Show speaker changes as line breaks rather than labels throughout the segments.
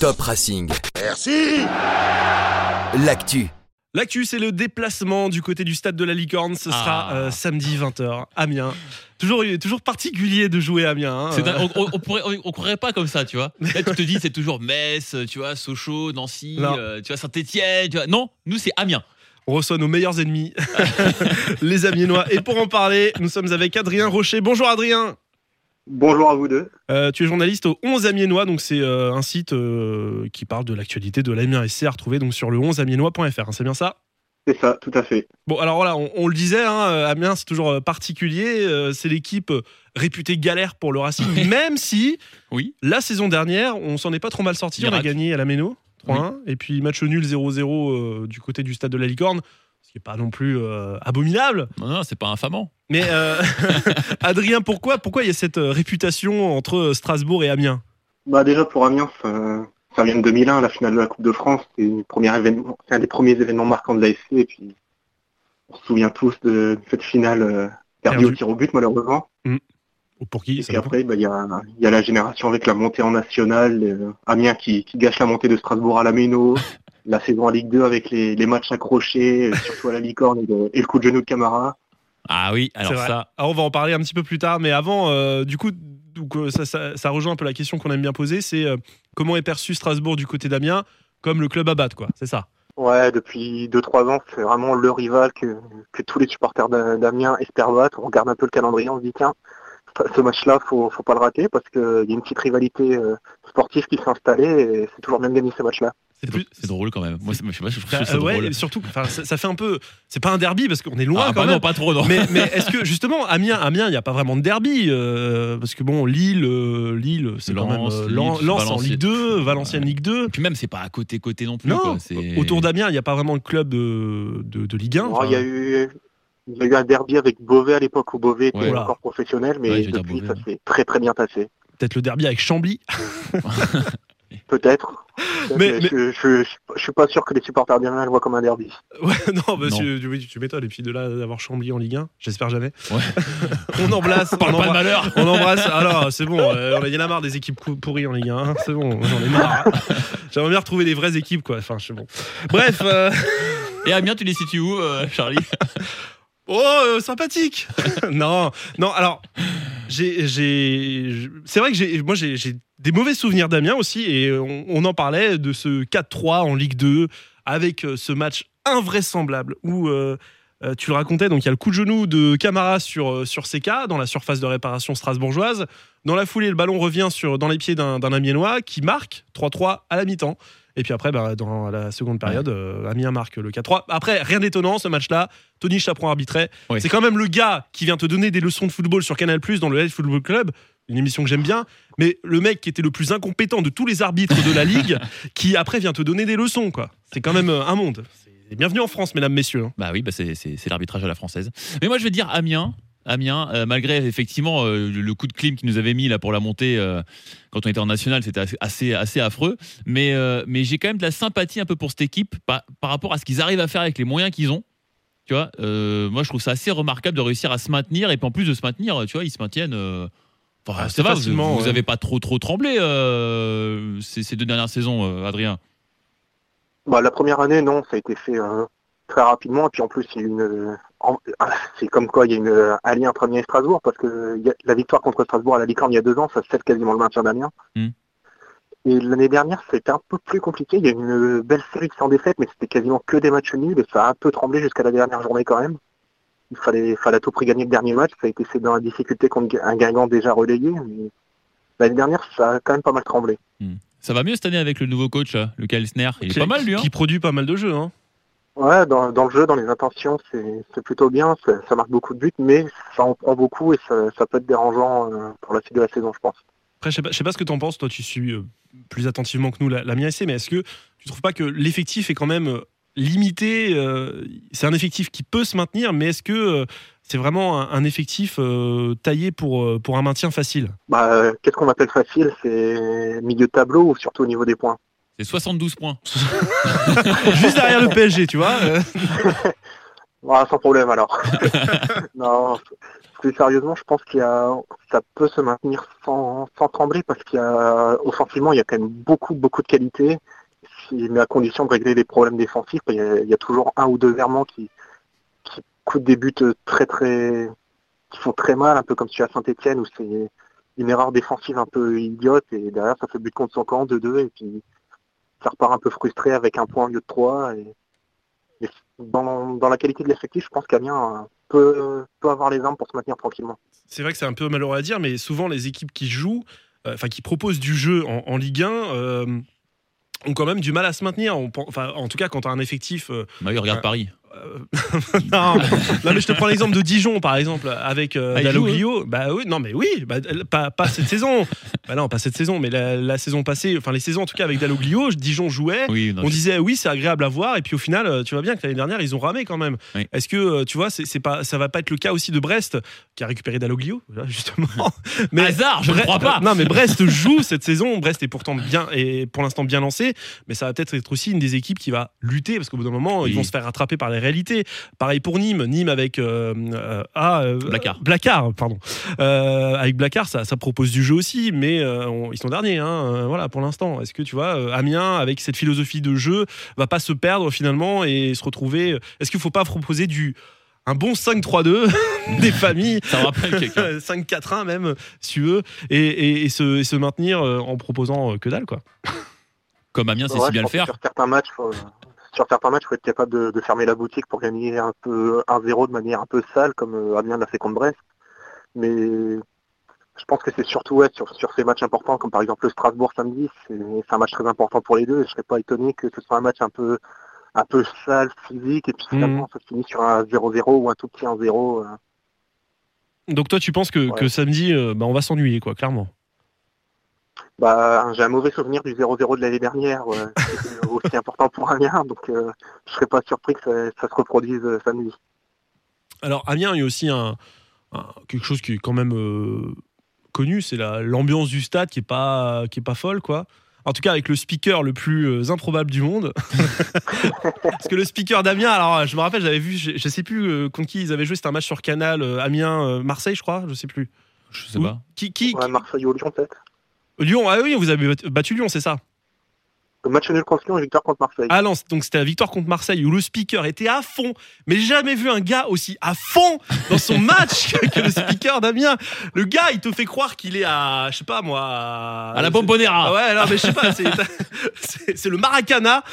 Top Racing.
Merci
L'actu.
L'actu, c'est le déplacement du côté du stade de la Licorne. Ce sera
Ah.
euh, samedi 20h, Amiens. Toujours, toujours particulier de jouer à Amiens. hein.
C'est dingue. on, on, on pourrait, on, on croirait pas comme ça, tu vois. Là, tu te dis, c'est toujours Metz, euh, tu vois, Sochaux, Nancy,
Non.
euh, tu vois, Saint-Etienne. Non, nous, c'est Amiens.
On reçoit nos meilleurs ennemis, les Amiénois. Et pour en parler, nous sommes avec Adrien Rocher. Bonjour Adrien
Bonjour à vous deux.
Euh, tu es journaliste au 11 Amiénois, donc c'est euh, un site euh, qui parle de l'actualité de l'Amiens SC à retrouver donc sur le 11amiénois.fr, hein, c'est bien ça
C'est ça, tout à fait.
Bon, alors voilà, on, on le disait, hein, euh, Amiens, c'est toujours euh, particulier. euh, c'est l'équipe euh, réputée galère pour le Racing, même si
Oui.
la saison dernière, on s'en est pas trop mal sorti. On a
Miracle.
gagné à la Méno, 3-1, et puis match nul 0-0 euh, du côté du stade de la Licorne, ce qui n'est pas non plus euh, abominable.
Non, non, c'est pas infamant.
Mais euh, Adrien, pourquoi pourquoi il y a cette euh, réputation entre euh, Strasbourg et Amiens
Bah déjà pour Amiens, ça, ça vient de 2001, la finale de la Coupe de France, c'est une première événement, c'est un des premiers événements marquants de l'AFC et puis on se souvient tous de, de cette finale euh, perdue
Perdue.
au tir au but malheureusement.
Ou Pour qui
Et
ça
puis
va pas
après, bah, il y, a, il y a la génération avec la montée en nationale, euh, Amiens qui, qui gâche la montée de Strasbourg à la Méno, la saison en Ligue 2 avec les, les matchs accrochés, euh, surtout à la Licorne et le, et le coup de genou de Camara.
Ah oui, alors
C'est vrai.
ça.
Alors, on va en parler un petit peu plus tard, mais avant, euh, du coup, donc, euh, ça, ça- ça rejoint un peu la question qu'on aime bien poser, c'est euh, comment est perçu Strasbourg du côté d'Amiens comme le club à battre, quoi, c'est ça
Ouais, depuis 2-3 ans, c'est vraiment le rival que, que tous les supporters d'A- d'Amiens espèrent battre. On regarde un peu le calendrier, on se dit tiens, ce match-là, faut, faut pas le rater parce qu'il y a une petite rivalité euh, sportive qui s'est installée et c'est toujours bien de gagner ces matchs-là.
C'est
plus-
drôle- c'est drôle quand même. Moi, c'est- je sais pas, je trouve
Bah,
ça
euh, ouais,
drôle.
et surtout, enfin, ça, ça fait un peu... C'est pas un derby, parce qu'on est loin
Ah,
quand
bah
même.
non, pas trop, non.
Mais, mais est-ce que justement Amiens, Amiens, il n'y a pas vraiment de derby euh, parce que bon Lille, euh, Lille, c'est quand même
Lens,
euh,
Lille,
Lan- Lens en
Valenciennes.
Ligue 2, Valenciennes Ligue 2.
Puis même, c'est pas à côté, côté non plus.
Non,
quoi. C'est-
autour d'Amiens, il n'y a pas vraiment de club de, de, de Ligue 1.
Alors, il y a eu il y a eu un derby avec Beauvais à l'époque où Beauvais était
Ouais.
encore professionnel, mais
Ouais, j'allais dire
depuis
Beauvais,
ça s'est très très bien passé.
Peut-être le derby avec Chambly.
Peut-être.
Mais-
Je, je- je- je suis pas sûr que les supporters d'Amiens le voient comme un derby.
Ouais, non, bah,
Non.
Tu, oui, tu m'étonnes. Et puis de là, d'avoir Chambly en Ligue 1, j'espère jamais.
Ouais.
on embrasse. on,
Parle pas de
embrasse
malheur.
on embrasse. Alors, c'est bon, euh, on a- il y en a marre des équipes cou- pourries en Ligue 1. hein. C'est bon, j'en ai marre. J'aimerais bien retrouver des vraies équipes, quoi. Enfin, c'est bon. Bref, euh,
Et Amiens, tu les situes où, euh, Charlie
oh, euh, sympathique. non, non, alors, j'ai. j'ai- je- C'est vrai que j'ai- moi, j'ai j'ai des mauvais souvenirs d'Amiens aussi. Et on, on en parlait de ce 4-3 en Ligue 2 avec euh, ce match invraisemblable où. euh, euh, tu le racontais, donc il y a le coup de genou de Camara sur, euh, sur CK dans la surface de réparation strasbourgeoise. Dans la foulée, le ballon revient sur, dans les pieds d'un d'un Amiénois qui marque 3-3 à la mi-temps. Et puis après, bah, dans la seconde période, euh, Amiens marque le 4-3. Après, rien d'étonnant, ce match-là, Tony Chaperon arbitrait.
Oui.
C'est quand même le gars qui vient te donner des leçons de football sur Canal Plus dans le Live Football Club, une émission que j'aime bien. Mais le mec qui était le plus incompétent de tous les arbitres de la ligue, qui après vient te donner des leçons, quoi. C'est quand même euh, un monde. C'est- Bienvenue en France, mesdames, messieurs. hein.
Bah oui, bah c'est- c'est c'est l'arbitrage à la française. Mais moi, je vais dire Amiens. Amiens, euh, malgré effectivement euh, le coup de clim qu'ils nous avaient mis là pour la montée euh, quand on était en national, c'était assez- assez, assez affreux. Mais, euh, mais j'ai quand même de la sympathie un peu pour cette équipe par, par rapport à ce qu'ils arrivent à faire avec les moyens qu'ils ont. Tu vois, euh, moi je trouve ça assez remarquable de réussir à se maintenir et puis en plus de se maintenir, tu vois, ils se maintiennent. euh, enfin,
Ah,
ça va, vous
facilement,
vous
ouais.
avez pas trop trop tremblé euh, ces, ces deux dernières saisons, euh, Adrien.
Bah, la première année, non, ça a été fait euh, très rapidement. Et puis en plus, il y a une, euh, en- c'est comme quoi il y a une, euh, un lien entre Amiens et Strasbourg, parce que euh, il y a- la victoire contre Strasbourg à la Licorne il y a deux ans, ça fait quasiment le maintien d'Amiens.
Mm.
Et l'année dernière, c'était un peu plus compliqué. Il y a eu une belle série de 100 défaites, mais c'était quasiment que des matchs nuls. Et ça a un peu tremblé jusqu'à la dernière journée quand même. Il fallait, fallait à tout prix gagner le dernier match. Ça a été c'est dans la difficulté contre un gagnant déjà relayé. mais L'année dernière, ça a quand même pas mal tremblé.
Ça va mieux cette année avec le nouveau coach, là, le Elsner. Il
Qui-
est pas mal lui. Hein
Qui produit pas mal de jeux. hein.
Ouais, dans, dans le jeu, dans les intentions, c'est c'est plutôt bien, ça, ça marque beaucoup de buts, mais ça en prend beaucoup et ça, ça peut être dérangeant euh, pour la suite de la saison, je pense.
Après, je sais pas, je sais pas ce que tu en penses, toi tu suis euh, plus attentivement que nous la, la mienne mais est-ce que tu trouves pas que l'effectif est quand même euh, limité euh, C'est un effectif qui peut se maintenir, mais est-ce que euh, c'est vraiment un, un effectif euh, taillé pour, euh, pour un maintien facile
Bah, euh, Qu'est-ce qu'on appelle facile C'est milieu de tableau ou surtout au niveau des points
C'est 72 points.
Juste derrière le PSG, tu vois euh.
Ah, sans problème alors. non, plus sérieusement, je pense qu'il y a, ça peut se maintenir sans, sans trembler parce qu'il y a, offensivement, il y a quand même beaucoup, beaucoup de qualité. Si- Mais à condition de régler les problèmes défensifs, il y a, il y a toujours un ou deux errements qui, qui coûtent des buts très, très, qui font très mal, un peu comme celui à Saint-Etienne où c'est une erreur défensive un peu idiote et derrière ça fait but contre son camp, 2-2 et puis ça repart un peu frustré avec un point au lieu de trois. Et... Mais dans, dans la qualité de l'effectif, je pense qu'Amiens euh, peut, peut avoir les armes pour se maintenir tranquillement.
c'est vrai que c'est un peu malheureux à dire, mais souvent les équipes qui jouent, euh, enfin qui proposent du jeu en, en Ligue 1, euh, ont quand même du mal à se maintenir. On pen- enfin, en tout cas, quand tu as un effectif. euh,
Maillot, Bah regarde Paris.
euh, non, non, mais je te prends l'exemple de Dijon, par exemple, avec euh,
Ah, ils
Dalloglio. Bah oui, non, mais oui, bah, euh, pas, pas cette saison. Bah non, pas cette saison, mais la, la saison passée, enfin les saisons en tout cas avec Dalloglio, Dijon jouait.
Oui, non,
On disait oui, c'est agréable à voir, et puis au final, euh, tu vois bien que l'année dernière, ils ont ramé quand même.
Oui.
Est-ce que euh, tu vois, c'est c'est pas, ça va pas être le cas aussi de Brest, qui a récupéré Dalloglio, là, justement.
Ah,
Mais
Hasard, je ne
Bre-
crois pas.
euh, non, mais Brest joue cette saison. Brest est pourtant bien et pour l'instant bien lancé, mais ça va peut-être être aussi une des équipes qui va lutter parce qu'au bout d'un moment,
Oui.
ils vont se faire rattraper par les réalités. Pareil pour Nîmes. Nîmes avec euh, euh, ah, euh,
Blacard.
Blacard, pardon. Euh, avec Blacard, ça, ça propose du jeu aussi, mais euh, on- ils sont derniers. hein, euh, voilà, pour l'instant. Est-ce que tu vois, euh, Amiens avec cette philosophie de jeu va pas se perdre finalement et se retrouver euh, Est-ce qu'il faut pas proposer du un bon 5-3-2 des familles
Ça me rappelle quelqu'un.
5-4-1 même, si tu veux, et, et- et se, et se maintenir euh, en proposant euh, que dalle, quoi.
Comme Amiens, c'est
Ouais,
si bien
je
le faire.
pense que Sur certains matchs, faut, sur certains matchs, faut être capable de, de fermer la boutique pour gagner un peu 1-0 de manière un peu sale, comme euh, Amiens l'a fait contre Brest. Mais je pense que c'est surtout ouais, sur, sur ces matchs importants, comme par exemple le Strasbourg samedi, c'est c'est un match très important pour les deux. Je serais pas étonné que ce soit un match un peu un peu sale, physique, et
Mmh.
puis finalement ça finit sur un 0-0 ou un tout petit 1-0. euh,
Donc toi, tu penses que,
Ouais.
que samedi, euh, bah, on va s'ennuyer, quoi, clairement.
Bah, j'ai un mauvais souvenir du 0-0 de l'année dernière, ouais. C'était aussi important pour Amiens, donc euh, je serais pas surpris que ça, ça se reproduise euh, samedi.
Alors, Amiens, il y a aussi un, un- quelque chose qui est quand même euh, connu, c'est la- l'ambiance du stade qui est pas, qui est pas folle, quoi. En tout cas, avec le speaker le plus euh, improbable du monde. Parce que le speaker d'Amiens, alors je me rappelle, j'avais vu, je, je sais plus euh, contre qui ils avaient joué, c'était un match sur Canal, euh, Amiens-Marseille, je crois, je sais plus.
Je sais
Oui.
pas.
Qui, qui,
Ouais, Marseille ou Lyon peut-être.
qui- Lyon, ah oui, vous avez battu Lyon, c'est ça
Le match nul contre Lyon et victoire contre Marseille.
Ah non, donc c'était la victoire contre Marseille où le speaker était à fond, mais j'ai jamais vu un gars aussi à fond dans son match que, que le speaker Damien. Le gars, il te fait croire qu'il est à, je sais pas moi, à,
À la
Ah
Bombonera.
ouais, non, mais je sais pas, c'est- c'est c'est le Maracana.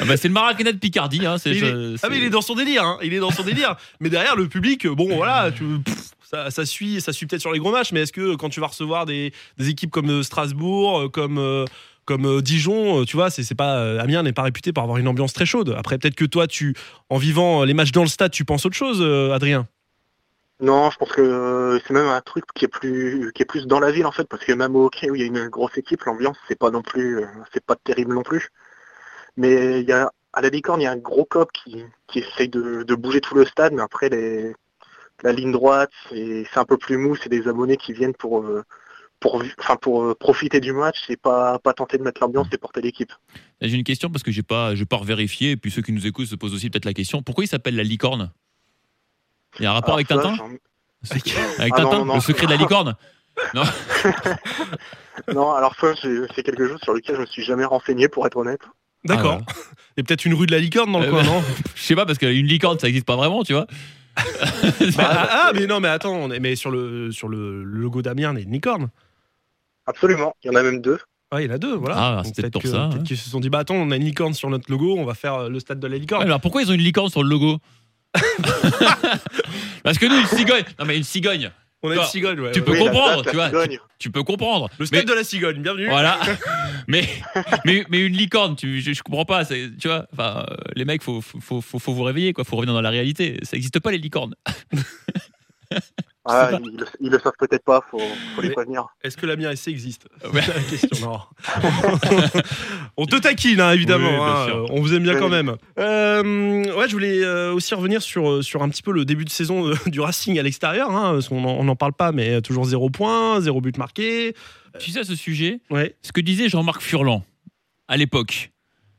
Ah bah, c'est le Maracana de Picardie. hein, c'est-
Mais il est-
je-
Ah mais il est dans son délire, hein, il est dans son délire. Mais derrière le public, euh, bon voilà, tu- pff, ça, ça suit, ça suit peut-être sur les gros matchs, mais est-ce que quand tu vas recevoir des, des équipes comme euh, Strasbourg, euh, comme euh, comme euh, Dijon, euh, tu vois, c'est c'est pas euh, Amiens n'est pas réputé pour avoir une ambiance très chaude. Après peut-être que toi, tu en vivant euh, les matchs dans le stade, tu penses autre chose, euh, Adrien.
Non, je pense que euh, c'est même un truc qui est plus qui est plus dans la ville en fait, parce que même au hockey où il y a une grosse équipe, l'ambiance c'est pas non plus euh, c'est pas terrible non plus. Mais il y a à la licorne, il y a un gros cop qui, qui essaye de, de bouger tout le stade, mais après les, la ligne droite, c'est c'est un peu plus mou, c'est des abonnés qui viennent pour euh, pour vi- enfin pour euh, profiter du match, c'est pas pas tenter de mettre l'ambiance et porter l'équipe.
J'ai une question parce que j'ai pas, j'ai pas revérifié. Et puis ceux qui nous écoutent se posent aussi peut-être la question. Pourquoi il s'appelle la licorne Il y a un rapport
Ah,
Alors
avec Tintin
ça, j'en-
Avec
Ah non,
Tintin
non, non.
Le secret de la licorne
Non, alors ça c'est c'est quelque chose sur lequel je me suis jamais renseigné pour être honnête.
D'accord.
Ah,
Il y a peut-être une rue de la licorne dans le
Euh,
coin,
bah-
non
Je sais pas parce qu'une licorne ça existe pas vraiment, tu vois.
Bah, ah, ah, mais non, mais attends, on est, mais sur le sur le logo d'Amiens, il y a une licorne.
Absolument, il y en a même deux.
Ouais, il y en a deux, voilà.
Ah,
Donc
c'est
peut-être
peut-être pour
que-
ça,
peut-être
ouais.
qu'ils se sont dit, bah attends, on a une licorne sur notre logo, on va faire euh, le stade de la
Ouais,
licorne.
Alors pourquoi ils ont une licorne sur le logo Parce que nous une cigogne. Non mais une cigogne.
on a une
bah,
cigogne, ouais.
tu
ouais.
peux
Oui, la
comprendre,
date, la
tu vois,
cigogne.
Tu peux comprendre.
Le
Mais-
stade de la cigogne, bienvenue.
Voilà. mais, mais, mais une licorne, tu, je, je comprends pas. c'est- Tu vois, enfin, euh, les mecs, faut, faut, faut, faut- faut vous réveiller, quoi. Faut revenir dans la réalité. Ça n'existe pas les licornes.
Ah,
Je sais ah.
ils, le, ils le savent peut-être pas, faut, faut les
Mais-
prévenir.
Est-ce que l'Amiens SC existe
Ouais.
C'est la question. Non. on te taquine, hein, évidemment.
Oui, bien
hein,
sûr.
euh, on vous aime bien
Oui.
quand même. Euh, ouais, je voulais euh, aussi revenir sur, euh, sur un petit peu le début de saison euh, du Racing à l'extérieur. hein, parce qu'on en- on n'en parle pas, mais euh, toujours zéro point, zéro but marqué.
Tu sais à ce sujet,
Ouais.
ce que disait Jean-Marc Furlan à l'époque.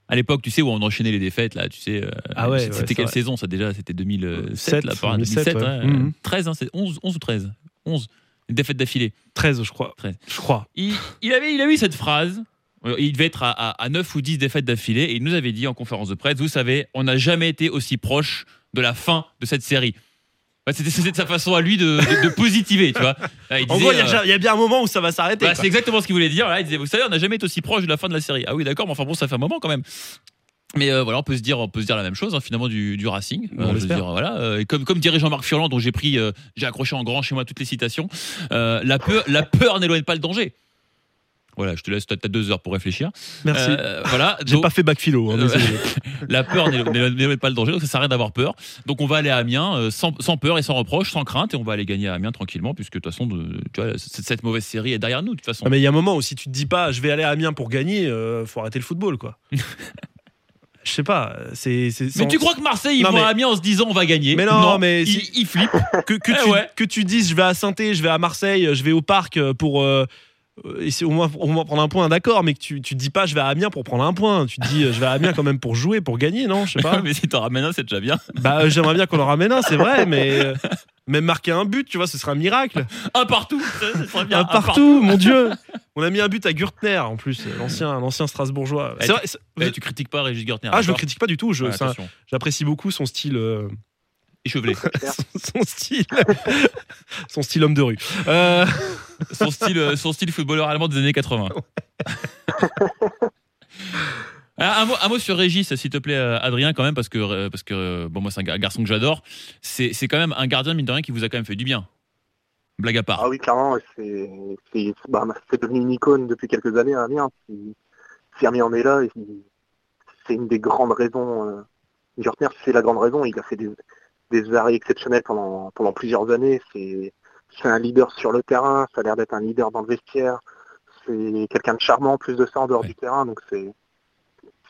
à l'époque, tu sais, où on enchaînait les défaites, là, tu sais. euh,
Ah ouais,
c'était
ouais, c'est
quelle
vrai.
saison, ça, déjà C'était 2007,
Sept,
là, par
2007,
2007,
ouais.
hein,
Mhm.
13, hein, c'est 11, 11 ou 13 11. Une défaite d'affilée.
13, je crois.
13.
Je crois.
Il, il avait, il a eu cette phrase. Euh, Il devait être à, à- à 9 ou 10 défaites d'affilée et il nous avait dit en conférence de presse, vous savez, on n'a jamais été aussi proche de la fin de cette série. Bah, C'était c'était sa façon à lui de, de- de positiver, tu vois. Là, il
En
disait,
gros, il y, a
euh,
déjà- il y a bien un moment où ça va s'arrêter.
bah,
quoi.
c'est exactement ce qu'il voulait dire. Là, il disait, vous savez, on n'a jamais été aussi proche de la fin de la série. Ah oui, d'accord, mais enfin bon, ça fait un moment quand même. Mais euh, voilà, on peut se dire, on peut se dire la même chose hein, finalement du, du Racing.
On
Euh, je veux
l'espère.
dire, voilà, euh, et comme comme dirait Jean-Marc Furlan, dont j'ai pris, euh, j'ai accroché en grand chez moi toutes les citations. euh, la peur, la peur n'éloigne pas le danger. Voilà, je te laisse, t'as t'as deux heures pour réfléchir.
Merci.
Euh, voilà,
J'ai
donc-
pas fait bac philo. hein,
euh,
désolé.
la peur n'est- n'est n'est pas le danger, donc ça sert à rien d'avoir peur. Donc on va aller à Amiens euh, sans, sans peur et sans reproche, sans crainte, et on va aller gagner à Amiens tranquillement, puisque de toute façon, de- tu vois, cette, cette mauvaise série est derrière nous, de toute façon.
Ah, mais il y a un moment où si tu te dis pas je vais aller à Amiens pour gagner, euh, faut arrêter le football quoi. Je sais pas, c'est. c'est-
Mais
sans-
tu crois que Marseille, ils
Non,
vont
mais-
à Amiens en se disant on va gagner
Mais non, mais
ils,
si-
ils flippent.
que, que
Eh
tu,
ouais.
que tu dises je vais à saint je vais à Marseille, je vais au parc euh, pour euh, euh, essayer au moins, au moins prendre un point, d'accord, mais que tu, tu dis pas je vais à Amiens pour prendre un point, tu te dis euh, je vais à Amiens quand même pour jouer, pour gagner, non Je sais pas.
mais si t'en ramènes un, c'est déjà bien.
Bah euh, j'aimerais bien qu'on en ramène un, c'est vrai, mais euh, même marquer un but, tu vois, ce serait un miracle.
Un partout, ça, ça serait bien.
Un partout, mon dieu On a mis un but à Gürtner en plus, euh, l'ancien, l'ancien Strasbourgeois.
Eh,
C'est vrai, c'est-
Eh, tu critiques pas Régis Gertner.
Ah, je le
d'accord
critique pas du tout. Je,
Ouais,
c'est un-
attention.
j'apprécie beaucoup son style, euh,
Échevelé.
son style, son style homme de rue. Euh,
son style, euh, son style footballeur allemand des années 80. Ah, Un mot, un mot sur Régis, s'il te plaît, euh, Adrien, quand même, parce que, euh, parce que euh, bon, moi, c'est un gar- garçon que j'adore. C'est c'est quand même un gardien, mine de rien, qui vous a quand même fait du bien. Blague à part.
Ah oui, clairement, c'est c'est- bah, c'est devenu une icône depuis quelques années, à Amiens. Si, si Amiens en est là, il- c'est une des grandes raisons. Euh, Gertner, c'est la grande raison. Il a fait des, des arrêts exceptionnels pendant, pendant plusieurs années. C'est c'est un leader sur le terrain, ça a l'air d'être un leader dans le vestiaire. C'est quelqu'un de charmant en plus de ça en dehors
Ouais.
du terrain. Donc c'est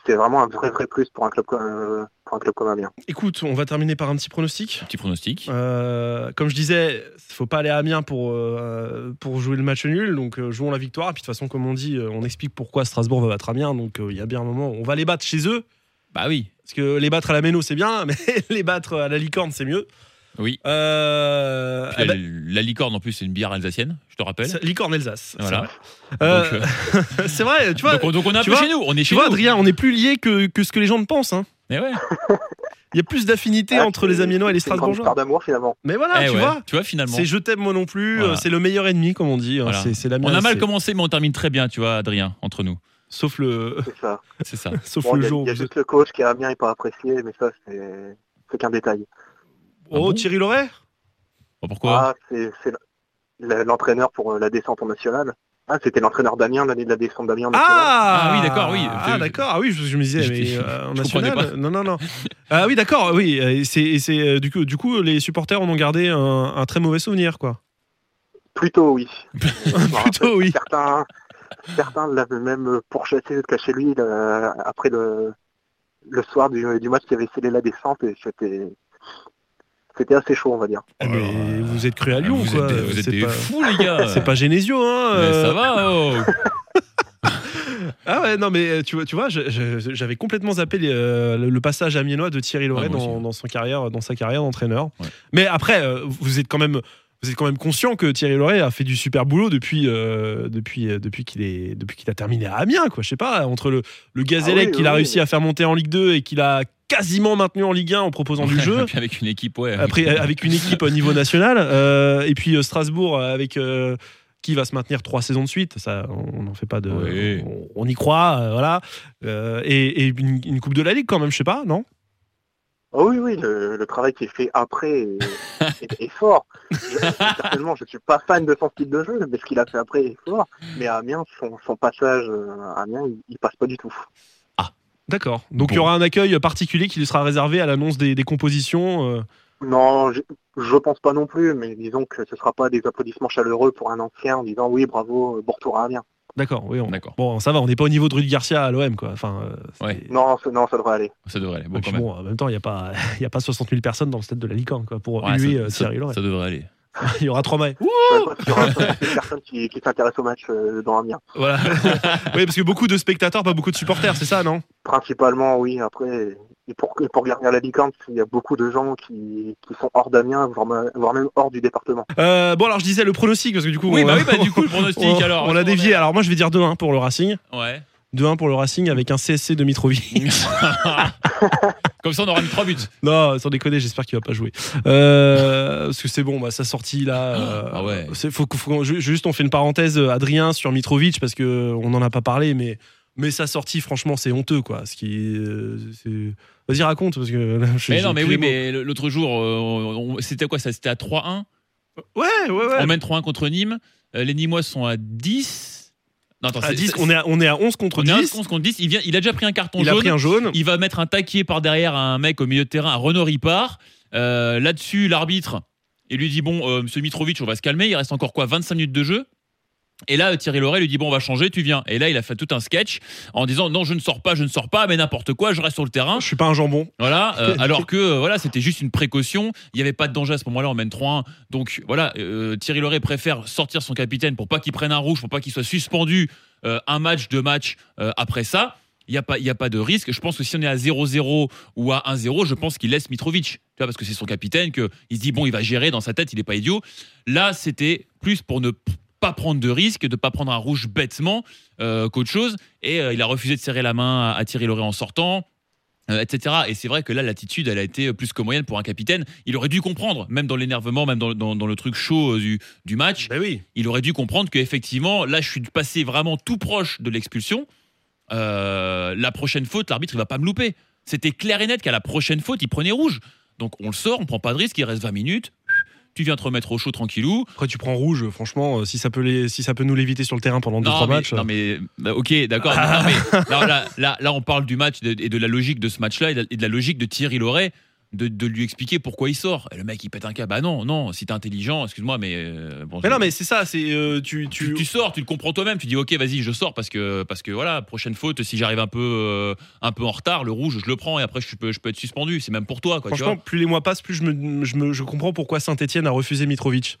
c'est vraiment un vrai, vrai plus pour un club comme, euh, pour un club comme Amiens.
écoute, on va terminer par un petit pronostic.
Petit pronostic.
Euh, comme je disais, faut pas aller à Amiens pour, euh, pour jouer le match nul, donc euh, jouons la victoire. Puis de toute façon, comme on dit, euh, on explique pourquoi Strasbourg va battre Amiens, donc euh, il y a bien un moment où on va les battre chez eux,
Bah oui.
parce que les battre à la Méno c'est bien, mais les battre à la Licorne c'est mieux.
Oui.
Euh,
Puis
eh
la,
ben,
la licorne, en plus, c'est une bière alsacienne, je te rappelle.
c'est- Licorne Alsace.
Voilà.
Euh,
donc, euh,
C'est vrai, tu vois.
donc on- donc on est un
tu
peu
vois-
chez nous. On est
Tu
chez
vois,
nous.
Adrien, on est plus liés que, que ce que les gens ne pensent. hein.
Eh ouais.
Il y a plus d'affinité
Ah,
entre les
c'est-
Amiénois et les
c'est une grande
Strasbourgeois.
histoire d'amour finalement.
Mais voilà,
Eh
ah, tu
ouais.
vois,
tu vois, finalement.
c'est je t'aime moi non plus,
Voilà.
euh, c'est le meilleur ennemi, comme on dit. hein,
Voilà.
c'est- C'est l'Amiens,
On a mal
c'est-
commencé, mais on termine très bien, tu vois, Adrien, entre nous.
Sauf le,
C'est ça.
C'est ça.
sauf
Bon,
le
il y a-
jour.
Il y a
où vous êtes-
juste le coach qui a bien et pas apprécié, mais ça, c'est c'est qu'un détail.
Oh,
bon
Thierry Loret
Bon, pourquoi
ah, c'est c'est le- l'entraîneur pour euh, la descente en nationale. Ah, c'était l'entraîneur d'Amiens l'année de la descente d'Amiens en nationale.
Ah,
Ah oui, d'accord, oui.
Ah d'accord, ah oui, je, je me disais, mais
J'étais-
euh, en
je comprenais
national, euh, non, non, non. Ah oui, d'accord, oui. euh, et c'est- et c'est, euh, du, coup, du coup, les supporters en ont gardé un, un très mauvais souvenir, quoi.
Plutôt oui. Je me rappelle,
oui.
Certains, certains l'avaient même euh, pourchassé jusqu'à chez lui là, après le, le soir du, du match qui avait scellé la descente et c'était c'était assez chaud, on va dire.
Eh, mais
là.
vous êtes cru à Lyon,
Ah, vous
quoi.
êtes des, vous êtes
C'est
des
pas-
fous, les gars.
C'est pas Genesio, hein.
Mais
euh,
ça va, oh.
Ah ouais, non, mais euh, tu vois, tu vois je- je- j'avais complètement zappé les, euh, le, le passage amiénois de Thierry Loret
Ah, moi aussi.
dans, dans son carrière, dans sa carrière d'entraîneur.
Ouais.
Mais après, euh, vous êtes quand même. Vous êtes quand même conscient que Thierry Loret a fait du super boulot depuis, euh, depuis, euh, depuis qu'il est- depuis qu'il a terminé à Amiens, quoi. Je sais pas, entre le, le Gazellec
Ah oui,
qu'il a
oui,
réussi
oui.
à faire monter en Ligue 2 et qu'il a quasiment maintenu en Ligue 1 en proposant du jeu.
Puis avec une équipe, ouais.
Après, euh, avec une équipe au niveau national. euh, et puis euh, Strasbourg, euh, avec euh, qui va se maintenir trois saisons de suite. Ça, on n'en fait pas de.
Oui.
On, on y croit, euh, voilà. Euh, et et une, une Coupe de la Ligue, quand même, je sais pas, non
Ah oui, oui, le, le travail qui est fait après est, est- est fort. Je- Personnellement, je ne suis pas fan de son style de jeu, mais ce qu'il a fait après est fort. Mais à Amiens, son, son passage euh, à Amiens, il, il passe pas du tout.
D'accord. Donc il y
Bon.
aura un accueil particulier qui lui sera réservé à l'annonce des, des compositions. euh.
Non, je, je pense pas non plus, mais disons que ce sera pas des applaudissements chaleureux pour un ancien en disant oui, bravo, euh, bon retour à Amiens.
D'accord, oui. on-
D'accord,
Bon, ça va, on n'est pas au niveau de Rudy Garcia à l'OM, quoi. Enfin, euh, c'est-
Ouais.
Non, ça- non, ça devrait aller.
ça devrait aller. Bon,
Et
quand
puis
même.
bon, en même temps, il n'y a, pas- il y a pas 60 000 personnes dans le stade de la Licorne quoi, pour
Ouais,
huer
ça-
euh,
ça,
Thierry Loret.
ça devrait aller.
Il y aura trois mailles.
Je sais pas s'il y aura une personne qui, qui s'intéresse au match euh, dans Amiens.
Voilà. oui, parce que beaucoup de spectateurs, pas beaucoup de supporters, c'est ça, non
Principalement, oui. Après, et pour, et pour garder la licorne, il y a beaucoup de gens qui, qui sont hors d'Amiens, voire, ma- voire même hors du département.
Euh, Bon, alors je disais le pronostic, parce que du coup.
Oui,
on-
bah oui, bah du coup, le pronostic
on,
alors.
on a dévié. hein. Alors moi, je vais dire 2-1 pour le Racing.
Ouais.
2-1 pour le Racing avec un CSC de Mitrovic.
Comme ça, on aura mis 3 buts.
non, sans déconner, j'espère qu'il va pas jouer. Euh, parce que c'est bon, bah, sa sortie là. euh,
Ah ouais.
c'est- faut, qu'on- faut qu'on- ju- juste, on fait une parenthèse, euh, Adrien, sur Mitrovic, parce que on n'en a pas parlé, mais. Mais sa sortie, franchement, c'est honteux, quoi. Ce qui, euh, c'est- vas-y raconte parce que. là, je-
Mais
j'ai
Eh non, mais
plus
oui,
les mots.
mais l'autre jour, euh, on- on- c'était quoi ça C'était à 3-1.
Ouais, ouais, ouais.
On mène 3-1 contre Nîmes. Euh, Les Nîmois sont à 10. Non, attends,
À
c'est-
10,
c'est-
on est à, on est à 11 contre
on est à
10.
11 contre 10. Il, vient, il a déjà pris un carton
Il a
jaune.
pris un jaune.
Il va mettre un taquet par derrière à un mec au milieu de terrain, à Renaud Ripard. Euh, Là-dessus, l'arbitre, il lui dit Bon, euh, monsieur Mitrovic, on va se calmer. Il reste encore quoi 25 minutes de jeu et là, euh, Thierry Loret lui dit Bon, on va changer, tu viens. Et là, il a fait tout un sketch en disant Non, je ne sors pas, je ne sors pas, mais n'importe quoi, je reste sur le terrain.
Je suis pas un jambon.
Voilà, euh, alors que euh, voilà, c'était juste une précaution. Il n'y avait pas de danger à ce moment-là, on mène 3-1. Donc voilà, euh, Thierry Loret préfère sortir son capitaine pour pas qu'il prenne un rouge, pour pas qu'il soit suspendu euh, un match, deux matchs euh, après ça. Il n'y a, pas- il y a pas de risque. Je pense que si on est à 0-0 ou à 1-0, je pense qu'il laisse Mitrovic. Tu vois, parce que c'est son capitaine, qu'il se dit, bon, il va gérer dans sa tête, il n'est pas idiot. Là, c'était plus pour ne p- pas prendre de risque, de pas prendre un rouge bêtement euh, qu'autre chose. Et euh, il a refusé de serrer la main à, à Thierry Loret en sortant. euh, etc. Et c'est vrai que là, l'attitude, elle a été euh, plus que moyenne pour un capitaine. Il aurait dû comprendre, même dans l'énervement, même dans, dans- dans le truc chaud euh, du, du match,
Bah oui.
il aurait dû comprendre qu'effectivement, là, je suis passé vraiment tout proche de l'expulsion. Euh, la prochaine faute, l'arbitre, il va pas me louper. C'était clair et net qu'à la prochaine faute, il prenait rouge. Donc on le sort, on prend pas de risque, il reste 20 minutes. Tu viens te remettre au chaud tranquillou.
Après, tu prends rouge, franchement, euh, si ça peut, les, si ça peut nous l'éviter sur le terrain pendant 2-3
mais,
matchs. hein. euh.
non, mais bah, ok, d'accord. Non, mais, là, là- là- là, on parle du match de- et de la logique de ce match-là et de la- et de la logique de Thierry Loret de, de lui expliquer pourquoi il sort. Et le mec, il pète un câble. Bah non, non, si t'es intelligent, excuse-moi, mais. euh, bon,
mais
je-
non, mais c'est ça, c'est. euh, tu,
tu,
tu,
tu sors, tu le comprends toi-même, tu dis ok vas-y je sors parce que parce que voilà prochaine faute si j'arrive un peu euh, un peu en retard le rouge je le prends et après je peux je peux être suspendu c'est même pour toi quoi tu
franchement, plus les mois passent, plus je, me, je, me- je comprends pourquoi Saint-Etienne a refusé Mitrovic.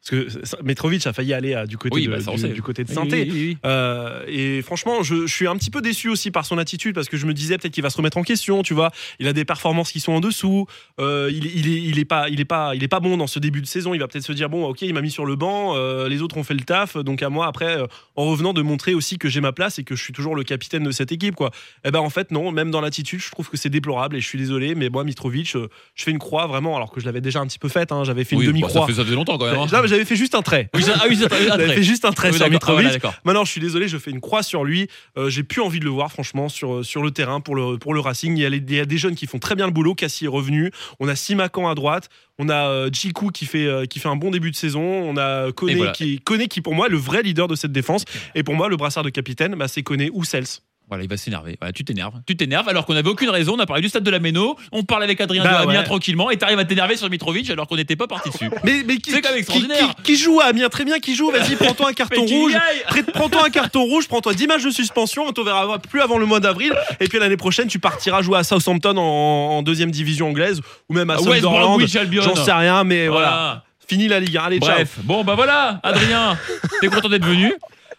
Parce que ça- Mitrovic a failli aller à- du, côté
Oui,
de,
bah, ça, on
du,
sait.
du côté de
vois.
Saint-Etienne. Euh, et franchement, je, je suis un petit peu déçu aussi par son attitude parce que je me disais peut-être qu'il va se remettre en question, tu vois. Il a des performances qui sont en dessous. Euh, il, il est, il est pas, il est pas, il est pas bon dans ce début de saison. Il va peut-être se dire bon, ok, il m'a mis sur le banc. euh, les autres ont fait le taf, donc à moi après, euh, en revenant de montrer aussi que j'ai ma place et que je suis toujours le capitaine de cette équipe, quoi. Eh ben en fait non, même dans l'attitude, je trouve que c'est déplorable et je suis désolé, mais moi Mitrovic, euh, je fais une croix vraiment alors que je l'avais déjà un petit peu faite. hein, j'avais fait
Oui,
une
bah, ça,
demi-croix.
fait- ça faisait longtemps quand même hein.
Là, j'avais fait juste un trait.
Oui, ça- ah oui ça- ah,
J'avais
après.
fait juste un trait
Oui,
sur
d'accord. Ah,
Mitrovic.
voilà, d'accord.
Maintenant, Bah je suis désolé, je fais une croix sur lui. Euh, J'ai plus envie de le voir, franchement, sur, euh, sur le terrain pour le, pour le Racing. Il y, a les- il y a des jeunes qui font très bien le boulot. Cassie est revenu. On a Simakan à droite. On a euh, Djikou qui fait, euh, qui fait un bon début de saison. On a Koné,
Et voilà.
qui, Koné qui, pour moi, est le vrai leader de cette défense. Et pour moi, le brassard de capitaine, bah, c'est Koné ou Sels.
Voilà, il va s'énerver. Voilà, tu t'énerves. Tu t'énerves alors qu'on n'avait aucune raison. On a parlé du stade de la Méno. On parle avec Adrien
Bah
de Amiens
ouais.
tranquillement. Et t'arrives à t'énerver sur Mitrovic alors qu'on n'était pas parti dessus.
Mais, mais qui,
C'est quand
qui-
même
qui,
extraordinaire.
qui joue à Amiens Très bien, qui joue Vas-y, prends-toi un carton
Mais qu'il y
rouge.
aille
Prête- Prends-toi un carton rouge, prends-toi 10 matchs de suspension, on te verra plus avant le mois d'avril. Et puis l'année prochaine, tu partiras jouer à Southampton en, en deuxième division anglaise ou même à
Ah, West
Sunderland.
Bromwich Albion.
J'en sais rien, mais voilà.
Voilà.
Fini la Ligue 1. Allez, ciao.
Bref, bon bah voilà, Adrien, t'es content d'être venu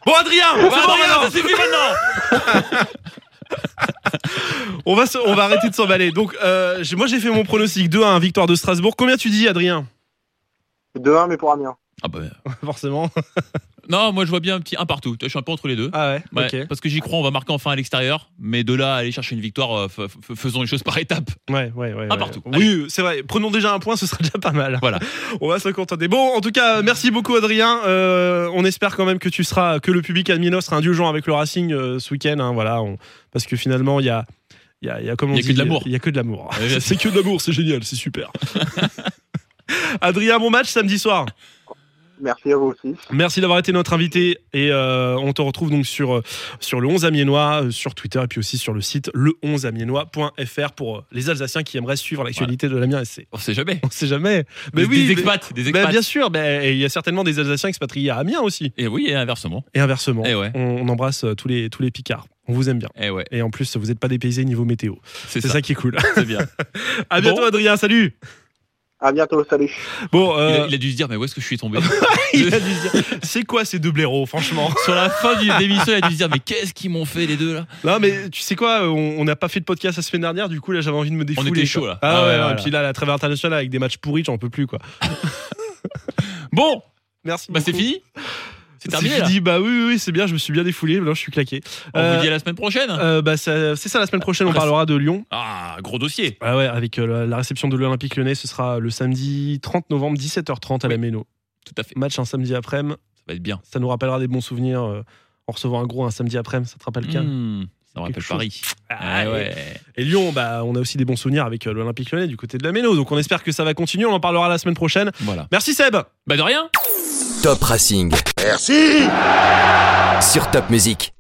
Bon, Adrien, c'est bon,
Bah, Adrien,
maintenant.
ça suffit maintenant
on, va se- on va arrêter de s'emballer. Donc, euh, j'ai- moi, j'ai fait mon pronostic 2-1, victoire de Strasbourg. Combien tu dis, Adrien
2-1, mais pour Amiens.
Ah bah,
Forcément.
Non, moi je vois bien un petit un partout. Je suis un peu entre les deux.
Ah ouais,
Ouais,
ok.
Parce que j'y crois, on va marquer enfin à l'extérieur. Mais de là à aller chercher une victoire, euh, f- f- faisons les choses par étapes.
Ouais, ouais, ouais.
Un
ouais.
partout.
Oui, c'est vrai. Prenons déjà un point, ce serait déjà pas mal.
Voilà.
On va se contenter. Bon, en tout cas, merci beaucoup, Adrien. Euh, on espère quand même que tu seras, que le public admino sera indulgent avec le Racing euh, ce week-end. hein, voilà, on- parce que finalement, il y a. Il y a, il y a, comme on
Il y a que
dit,
de l'amour.
Il y a que de l'amour.
Ouais, bien sûr.
c'est que de l'amour, c'est génial, c'est super. Adrien, bon match samedi soir.
Merci à vous aussi.
Merci d'avoir été notre invité et euh, on te retrouve donc sur, euh, sur le 11 Amiénois, euh, sur Twitter et puis aussi sur le site le11amiénois.fr pour euh, les Alsaciens qui aimeraient suivre l'actualité de l'Amiens SC.
On sait jamais.
On sait jamais.
des, des
mais-
expats, des
bah,
expats.
bien sûr, bah, et il y a certainement des Alsaciens expatriés à Amiens aussi.
Et oui, et inversement.
Et inversement,
Et Eh ouais,
on, on embrasse euh, tous les, tous les Picards. On vous aime bien.
et Eh ouais,
Et en plus, vous n'êtes pas dépaysés niveau météo.
c'est
C'est
ça,
ça. qui est cool.
c'est bien.
À bientôt,
Bon.
Adrien. Salut.
À bientôt, salut.
Bon,
Il
euh,
a, il a dû se dire, mais où est-ce que je suis tombé
il a dû se dire, c'est quoi ces deux blaireaux, franchement
Sur la fin du démission, il a dû se dire, mais qu'est-ce qu'ils m'ont fait les deux là
Non, mais tu sais quoi, euh, on on n'a pas fait de podcast la semaine dernière, du coup, là, j'avais envie de me défouler.
était chaud,
quoi.
là.
Ah,
Ah
ouais,
ouais,
non,
ouais,
et
ouais.
puis là, la traversée internationale avec des matchs pourris, j'en peux plus, quoi.
Bon,
Merci.
bah c'est
beaucoup.
fini C'est terminé là.
fini. Bah oui, oui, oui, c'est bien, je me suis bien défoulé, là, je suis claqué.
On
Euh,
vous dit à la semaine prochaine.
euh, bah, ça- c'est ça, la semaine prochaine, on
Reste-
parlera de Lyon.
Ah, gros dossier.
Ah ouais, avec euh, la, la réception de l'Olympique lyonnais, ce sera le samedi 30 novembre, 17h30 à la
Oui.
Méno.
Tout à fait.
Match un samedi après-midi,
Ça va être bien.
ça nous rappellera des bons souvenirs. euh, en recevant un gros un samedi après-midi, ça te rappelle quand
Hmm, ça me
Quelque
rappelle
chose.
Paris.
Ah,
Ah
et-
ouais.
Et Lyon, bah, on a aussi des bons souvenirs avec euh, l'Olympique lyonnais du côté de la Méno. Donc on espère que ça va continuer. On en parlera la semaine prochaine.
Voilà.
Merci Seb
Bah de rien.
Top Racing
Merci
sur Top Music.